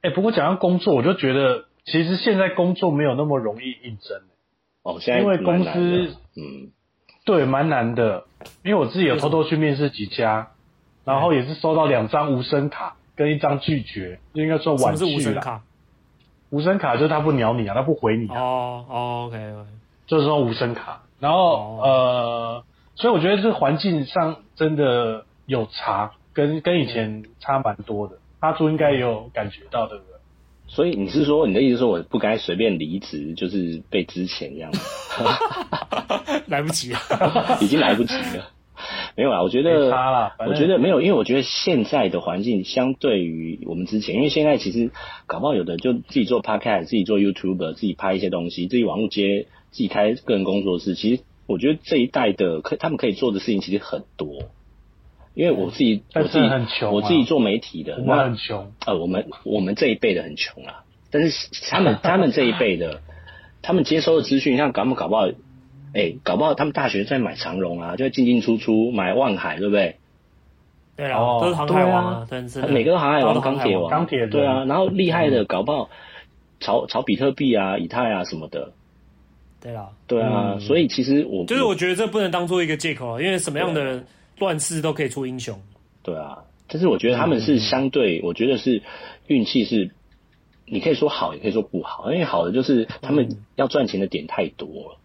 Speaker 2: 哎、不过讲到工作，我就觉得其实现在工作没有那么容易应征。
Speaker 4: 哦，现在
Speaker 2: 因为
Speaker 4: 蛮
Speaker 2: 公
Speaker 4: 难的
Speaker 2: 司
Speaker 4: 嗯，
Speaker 2: 对，蛮难的，因为我自己有偷偷去面试几家，然后也是收到两张无声卡跟一张拒绝，应该算
Speaker 3: 什
Speaker 2: 婉
Speaker 3: 么是无
Speaker 2: 拒
Speaker 3: 声
Speaker 2: 啦。
Speaker 3: 卡？
Speaker 2: 无声卡就是他不鸟你啊，他不回你啊，
Speaker 3: 哦哦，OK，
Speaker 2: 就是说无声卡。然后、
Speaker 3: 哦
Speaker 2: 呃，所以我觉得这环境上真的有差，跟跟以前差蛮多的。阿朱应该也有感觉到，对不对？
Speaker 4: 所以你是说你的意思是说我不该随便离职，就是被之前一样吗，
Speaker 3: 来不及了。啊
Speaker 4: 已经来不及了。没有啦，我觉
Speaker 2: 没
Speaker 4: 得
Speaker 2: 差啦，反
Speaker 4: 我
Speaker 2: 正
Speaker 4: 觉得没有，因为我觉得现在的环境相对于我们之前，因为现在其实搞不好有的就自己做 podcast，自己做 YouTube，自己拍一些东西，自己网络接，自己开个人工作室。其实我觉得这一代的可他们可以做的事情其实很多，因为我自己
Speaker 2: 但
Speaker 4: 我自己
Speaker 2: 真的很穷啊
Speaker 4: 我自己做媒体
Speaker 2: 我
Speaker 4: 的，
Speaker 2: 们
Speaker 4: 那
Speaker 2: 很穷，
Speaker 4: 呃我们我们这一辈的很穷啊，但是他们他们这一辈的，他们接收的资讯，像搞不搞不好，哎、搞不好他们大学在买长荣啊，就进进出出买望海，对不对？
Speaker 3: 对啊，
Speaker 2: 哦
Speaker 3: 都是航海王啊，但是真的
Speaker 4: 每个都航海王、
Speaker 3: 都是航
Speaker 4: 钢
Speaker 3: 海
Speaker 4: 铁
Speaker 3: 王
Speaker 4: 王、
Speaker 2: 钢铁人
Speaker 4: 对啊，然后厉害
Speaker 3: 嗯
Speaker 4: 的搞不好炒炒比特币啊、以太啊什么的，
Speaker 3: 对啦，
Speaker 4: 对啊，
Speaker 2: 嗯
Speaker 4: 所以其实我
Speaker 3: 就是我觉得这不能当做一个借口啊，因为什么样的乱世都可以出英雄。
Speaker 4: 对啊，但是我觉得他们
Speaker 3: 嗯
Speaker 4: 是相对，我觉得是运气是，你可以说好，也可以说不好，因为好的就是他们
Speaker 3: 嗯
Speaker 4: 要赚钱的点太多了，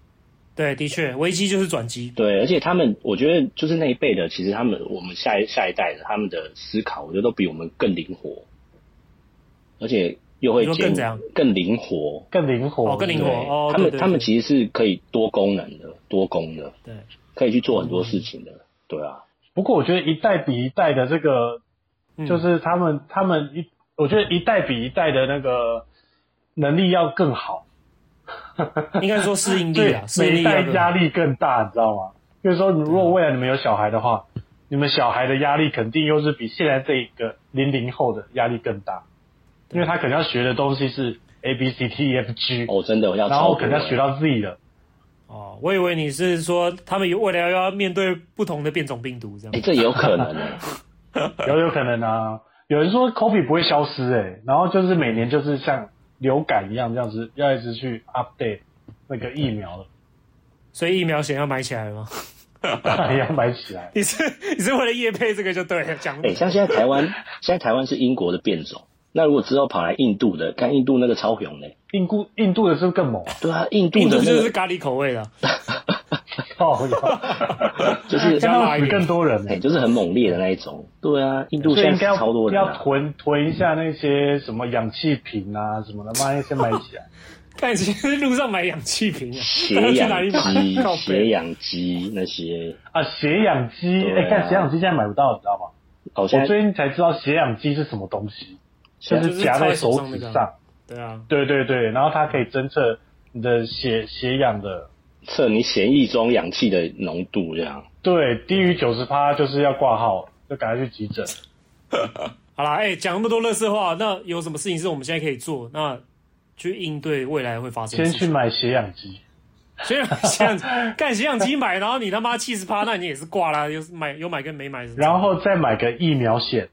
Speaker 3: 对，的确，危机就是转机。
Speaker 4: 对，而且他们我觉得就是那一辈的，其实他们我们下一下一代的他们的思考，我觉得都比我们更灵活，而且又会
Speaker 3: 你说
Speaker 4: 兼
Speaker 3: 更怎样
Speaker 4: 更灵活，
Speaker 2: 更灵活，
Speaker 3: 哦更灵活
Speaker 4: 对，
Speaker 3: 哦
Speaker 4: 他们
Speaker 3: 对对
Speaker 4: 他们
Speaker 3: 对
Speaker 4: 其实是可以多功能的、多功的，
Speaker 3: 对，
Speaker 4: 可以去做很多
Speaker 3: 嗯
Speaker 4: 事情的，对啊，
Speaker 2: 不过我觉得一代比一代的这个
Speaker 3: 嗯
Speaker 2: 就是他们他们一，我觉得一代比一代的那个能力要更好，
Speaker 3: 应该说适应力
Speaker 2: 对
Speaker 3: 啊，，适应
Speaker 2: 每
Speaker 3: 力
Speaker 2: 一
Speaker 3: 要
Speaker 2: 代
Speaker 3: 更
Speaker 2: 压
Speaker 3: 好。
Speaker 2: 力更大，你知道吗？就是说，如果未来你们有小孩的话，你们小孩的压力肯定又是比现在这一个零零后的压力更大。因为他可能要学的东西是 A B C T E F G，
Speaker 4: 哦，真的，我要
Speaker 2: 然后
Speaker 4: 超
Speaker 2: 可能要学到 Z 了。
Speaker 3: 哦，我以为你是说他们未来要面对不同的变种病毒这样
Speaker 4: 哎、。这也有可能欸
Speaker 2: 有有可能啊。有人说 Kobe 不会消失哎、欸，然后就是每年就是像流感一样这样子，要一直去 update 那个疫苗了，
Speaker 3: 所以疫苗险要买起来了吗？
Speaker 2: 也要买起来。
Speaker 3: 你是你是为了叶配这个就对了，讲
Speaker 4: 哎、像现在台湾，现在台湾是英国的变种，那如果之后跑来印度的，看印度那个超雄嘞，
Speaker 2: 印度印度的是不是更 猛？
Speaker 4: 对啊，印度
Speaker 3: 印度
Speaker 4: 的那
Speaker 3: 就是
Speaker 4: 个
Speaker 3: 咖喱口味的，
Speaker 2: 靠呀，
Speaker 4: 就是
Speaker 3: 加
Speaker 2: 这样
Speaker 3: 辣
Speaker 2: 哦死更多人
Speaker 4: 哎、
Speaker 2: 欸，
Speaker 4: 就是很猛烈的那一种，对啊，印度
Speaker 2: 所以
Speaker 4: 现
Speaker 2: 应
Speaker 4: 在
Speaker 2: 该要
Speaker 4: 超多人
Speaker 2: 要
Speaker 4: 啊，
Speaker 2: 囤囤一下那些什么氧气瓶啊什么的，妈先买起来。
Speaker 3: 看其实路上买氧气瓶啊， 大家
Speaker 4: 血
Speaker 3: 去哪
Speaker 4: 氧
Speaker 3: 里买？
Speaker 4: 机
Speaker 3: 靠、
Speaker 4: 血
Speaker 3: 北
Speaker 4: 氧机那些，
Speaker 2: 啊，血氧机，哎、
Speaker 4: 对啊
Speaker 2: 看血氧机现在买不到，你知道吗？
Speaker 4: 哦，现
Speaker 2: 我
Speaker 4: 在
Speaker 2: 最近才知道血氧机是什么东西，就
Speaker 4: 现在
Speaker 2: 是夹在手
Speaker 3: 就
Speaker 2: 指
Speaker 3: 是插在手上那个
Speaker 2: 上。
Speaker 3: 对啊，
Speaker 2: 对对对，然后它可以侦测你的血血氧的，
Speaker 4: 测你血液中氧气的浓度这样。
Speaker 2: 对，低于九十趴就是要挂号，就赶快去急诊。
Speaker 3: 好啦，哎、讲那么多乐色话，那有什么事情是我们现在可以做？那去应对未来会发生的
Speaker 2: 先
Speaker 3: 事情？
Speaker 2: 去买血氧机，
Speaker 3: 先去 血氧干血氧机买，然后你他妈七十趴，那你也是挂啦，有买有买跟没买是不是
Speaker 2: 然后再买个疫苗险，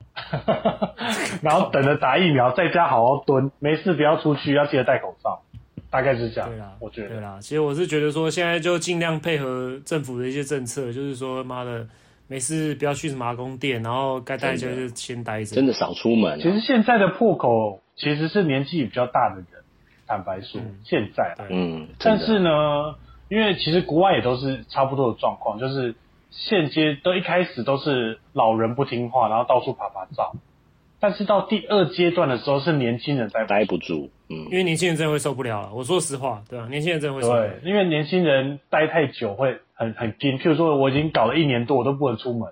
Speaker 2: 然后等着打疫苗，在家好好蹲，没事不要出去，要记得戴口罩，大概是这样
Speaker 3: 对啦，，
Speaker 2: 我觉
Speaker 3: 对啊
Speaker 2: 得。
Speaker 3: 啦。其实我是觉得说，现在就尽量配合政府的一些政策，就是说，妈的，没事不要去什么阿公店，然后该待着就先待着
Speaker 4: 真。的少出门、啊
Speaker 2: 其实现在的破口其实是年纪比较大的人，坦白说，现在啊，
Speaker 4: 嗯，真
Speaker 2: 但
Speaker 4: 的
Speaker 2: 是呢，因为其实国外也都是差不多的状况，就是现阶都一开始都是老人不听话，然后到处爬爬照，但是到第二阶段的时候是年轻人在
Speaker 4: 待不住，嗯
Speaker 3: 因，为年轻人真的会受不了了。我说实话，对吧、啊年轻人真的会受不了
Speaker 2: 对，。因为年轻人待太久会很很拼。譬如说，我已经搞了一年多，我都不能出门。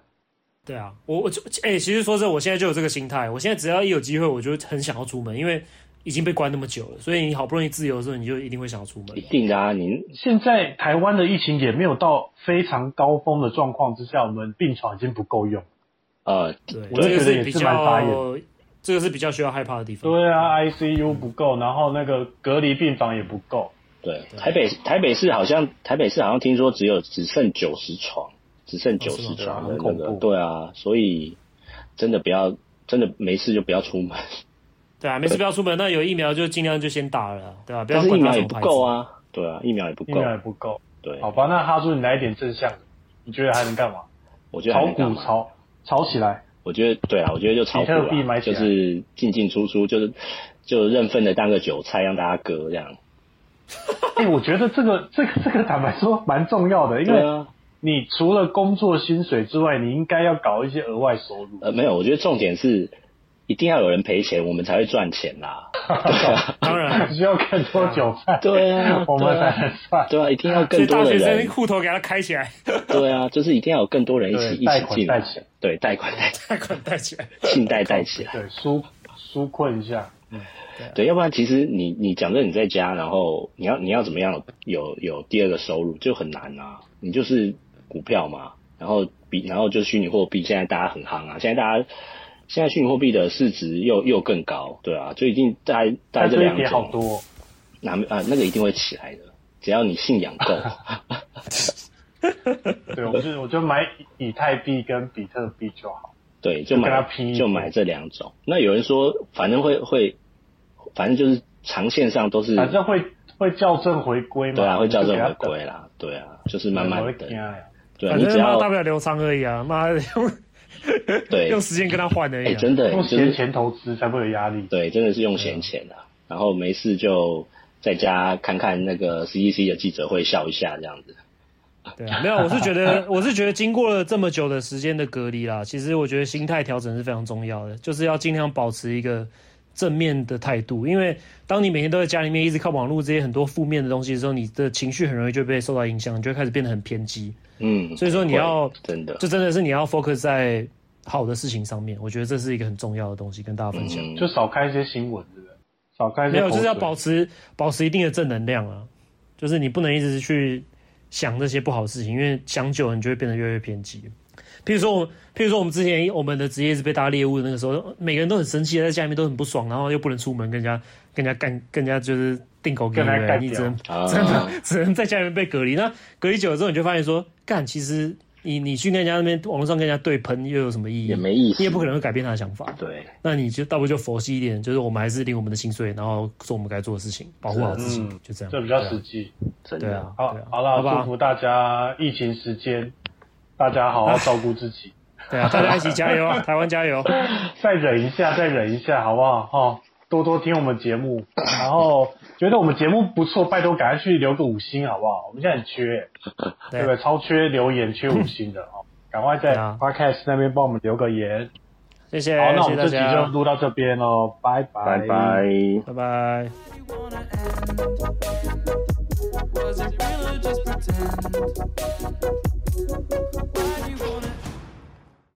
Speaker 3: 对啊，我我就哎、其实说真的，我现在就有这个心态。我现在只要一有机会，我就很想要出门，因为已经被关那么久了，所以你好不容易自由的时候，你就一定会想要出门
Speaker 4: 一。定的啊，你
Speaker 2: 现在台湾的疫情也没有到非常高峰的状况之下，我们病床已经不够用。
Speaker 4: 呃，
Speaker 3: 对，
Speaker 2: 我就
Speaker 3: 这个
Speaker 2: 觉得也
Speaker 3: 比
Speaker 2: 是蛮傻
Speaker 3: 较，这个是比较需要害怕的地方。
Speaker 2: 对啊，ICU 不够，然后那个隔离病房也不够。
Speaker 4: 对，台北台北市好像台北市好像听说只有只剩九十床，只剩九
Speaker 3: 是吗
Speaker 4: 十床
Speaker 2: 对
Speaker 4: 的
Speaker 2: 啊
Speaker 4: 那
Speaker 2: 很恐
Speaker 4: 个，
Speaker 2: 怖
Speaker 4: 对啊，所以真的不要，真的没事就不要出门，
Speaker 3: 对啊，没事不要出门，那有疫苗就尽量就先打了，啊对吧、不要
Speaker 4: 但是疫
Speaker 3: 管它
Speaker 4: 苗
Speaker 3: 什
Speaker 4: 也
Speaker 3: 么
Speaker 4: 不
Speaker 3: 牌子。
Speaker 4: 够啊，对啊，疫苗也不
Speaker 2: 疫
Speaker 4: 够
Speaker 2: 苗，哦也不够。
Speaker 4: 对，
Speaker 2: 好吧，那哈叔，你来一点正向的，你觉得还能干嘛？
Speaker 4: 我觉得还
Speaker 2: 炒
Speaker 4: 能干
Speaker 2: 股
Speaker 4: 嘛？
Speaker 2: 炒炒起来，
Speaker 4: 我觉得对啊，我觉得就炒股
Speaker 2: 比特币
Speaker 4: 啊，
Speaker 2: 买起
Speaker 4: 就
Speaker 2: 来
Speaker 4: 是进进出出，就是就认份的当个韭菜让大家割这样，
Speaker 2: 哎、我觉得这个这个这个坦白说蛮重要的，因
Speaker 4: 对
Speaker 2: 为
Speaker 4: 啊。
Speaker 2: 你除了工作薪水之外，你应该要搞一些额外收入。
Speaker 4: 呃，没有，我觉得重点是一定要有人赔钱，我们才会赚钱啦。
Speaker 3: 当 然，
Speaker 2: 需要更多韭菜，
Speaker 4: 对啊
Speaker 2: 我们
Speaker 4: 对啊
Speaker 2: 才能算。
Speaker 4: 对啊，一定要
Speaker 3: 所以
Speaker 4: 更
Speaker 3: 大
Speaker 4: 多的
Speaker 3: 学生
Speaker 4: 人，
Speaker 3: 户头给他开起来，
Speaker 4: 对啊，就是一定要有更多人一
Speaker 2: 对
Speaker 4: 起一
Speaker 2: 贷
Speaker 4: 起
Speaker 2: 款
Speaker 4: 进来
Speaker 2: 贷钱，
Speaker 4: 对，贷款贷
Speaker 3: 贷款贷起来。
Speaker 4: 信贷贷起来，
Speaker 2: 对，纾纾困一下，
Speaker 4: 对，要不然其实你你讲真的你在家，然后你要你要怎么样有有第二个收入就很难啊，你就是股票嘛，然后比然后就虚拟货币，现在大家很夯啊，现在大家。现在虚拟货币的市值又又更高，对啊，就一定大概大概
Speaker 2: 但
Speaker 4: 这
Speaker 2: 这
Speaker 4: 两
Speaker 2: 一跌好
Speaker 4: 种，
Speaker 2: 多，哦
Speaker 4: 那啊那个一定会起来的，只要你信 仰够。
Speaker 2: 对，我就我就买以太币跟比特币就好。
Speaker 4: 对，就
Speaker 2: 就跟他
Speaker 4: 买
Speaker 2: 拼一
Speaker 4: 就
Speaker 2: 波
Speaker 4: 买这两种。那有人说，反正会会，反正就是长线上都是
Speaker 2: 反正会会校正回归嘛，
Speaker 4: 对啊，会校正回
Speaker 2: 你
Speaker 4: 归啦，对啊，就是
Speaker 2: 就给他等，
Speaker 4: 慢慢
Speaker 2: 我会
Speaker 4: 等
Speaker 2: 惊，呀
Speaker 4: 对啊，
Speaker 3: 反
Speaker 4: 你只
Speaker 3: 正妈
Speaker 4: 要
Speaker 3: 大不了留仓而已啊，妈的用
Speaker 4: 对
Speaker 3: 用，时间跟他换而
Speaker 4: 哎，
Speaker 3: 已、啊。
Speaker 4: 真的
Speaker 2: 用
Speaker 4: 就
Speaker 2: 闲
Speaker 4: 是
Speaker 2: 钱投资才不会有压力。
Speaker 4: 对，真的是用闲钱啊，然后没事就在家看看那个 CEC 的记者会，笑一下这样子。
Speaker 3: 对啊，没有，我是觉得，我是觉得经过了这么久的时间的隔离啦，其实我觉得心态调整是非常重要的，就是要尽量保持一个正面的态度，因为当你每天都在家里面一直看网络这些很多负面的东西的时候，你的情绪很容易就被受到影响，你就会开始变得很偏激。
Speaker 4: 嗯，
Speaker 3: 所以说你要
Speaker 4: 会真的
Speaker 3: 这真的是你要 focus 在好的事情上面，我觉得这是一个很重要的东西，跟大家分享。
Speaker 4: 嗯
Speaker 2: 就少看一些新闻，对不对？少看一些
Speaker 3: 没有，就是要
Speaker 2: 口水
Speaker 3: 保持保持一定的正能量啊，就是你不能一直去想这些不好的事情，因为想久了你就会变得越来越偏激。譬如说我，譬如说我们之前我们的职业是被大家猎物的那个时候，每个人都很生气，在家里面都很不爽，然后又不能出门跟人家跟人家干，跟人家就是定狗给哎
Speaker 2: 跟人家干
Speaker 3: 你，你只能
Speaker 4: 啊，
Speaker 3: 真的只能在家里面被隔离。那隔离久了之后，你就发现说，干，其实你你去跟人家那边网络上跟人家对喷又有什么意义？
Speaker 4: 也没意思
Speaker 3: 你也不可能会改变他的想法。
Speaker 4: 对，
Speaker 3: 那你就倒不如就佛系一点，就是我们还是领我们的薪水，然后做我们该做的事情，保护好自己，
Speaker 2: 嗯
Speaker 3: 就这样。
Speaker 2: 这比较
Speaker 3: 对啊
Speaker 2: 实际。
Speaker 4: 真
Speaker 3: 对
Speaker 4: 的
Speaker 3: 啊，
Speaker 2: 好
Speaker 3: 对啊，
Speaker 2: 好
Speaker 3: 好
Speaker 2: 啦，
Speaker 3: 吧
Speaker 2: 祝福大家疫情时间，大家好好照顾自己，
Speaker 3: 对啊，大家一起加 油啊，台湾加油！
Speaker 2: 再忍一下，再忍一下，好不好？哈、多多听我们节 目，然后觉得我们节目不错，拜托赶快去留个五星，好不好？我们现在很缺，对不对？超缺留言，缺五星的哦，赶快在
Speaker 3: 对啊
Speaker 2: podcast 那边帮我们留个言。
Speaker 3: 谢谢，
Speaker 2: 好，那我
Speaker 3: 谢
Speaker 2: 们
Speaker 3: 谢大
Speaker 2: 这集就
Speaker 3: 家，
Speaker 2: 录到这边喽，拜拜，
Speaker 4: 拜拜。
Speaker 3: 拜拜。
Speaker 1: wanna end? Was it real or just pretend? Why do you wanna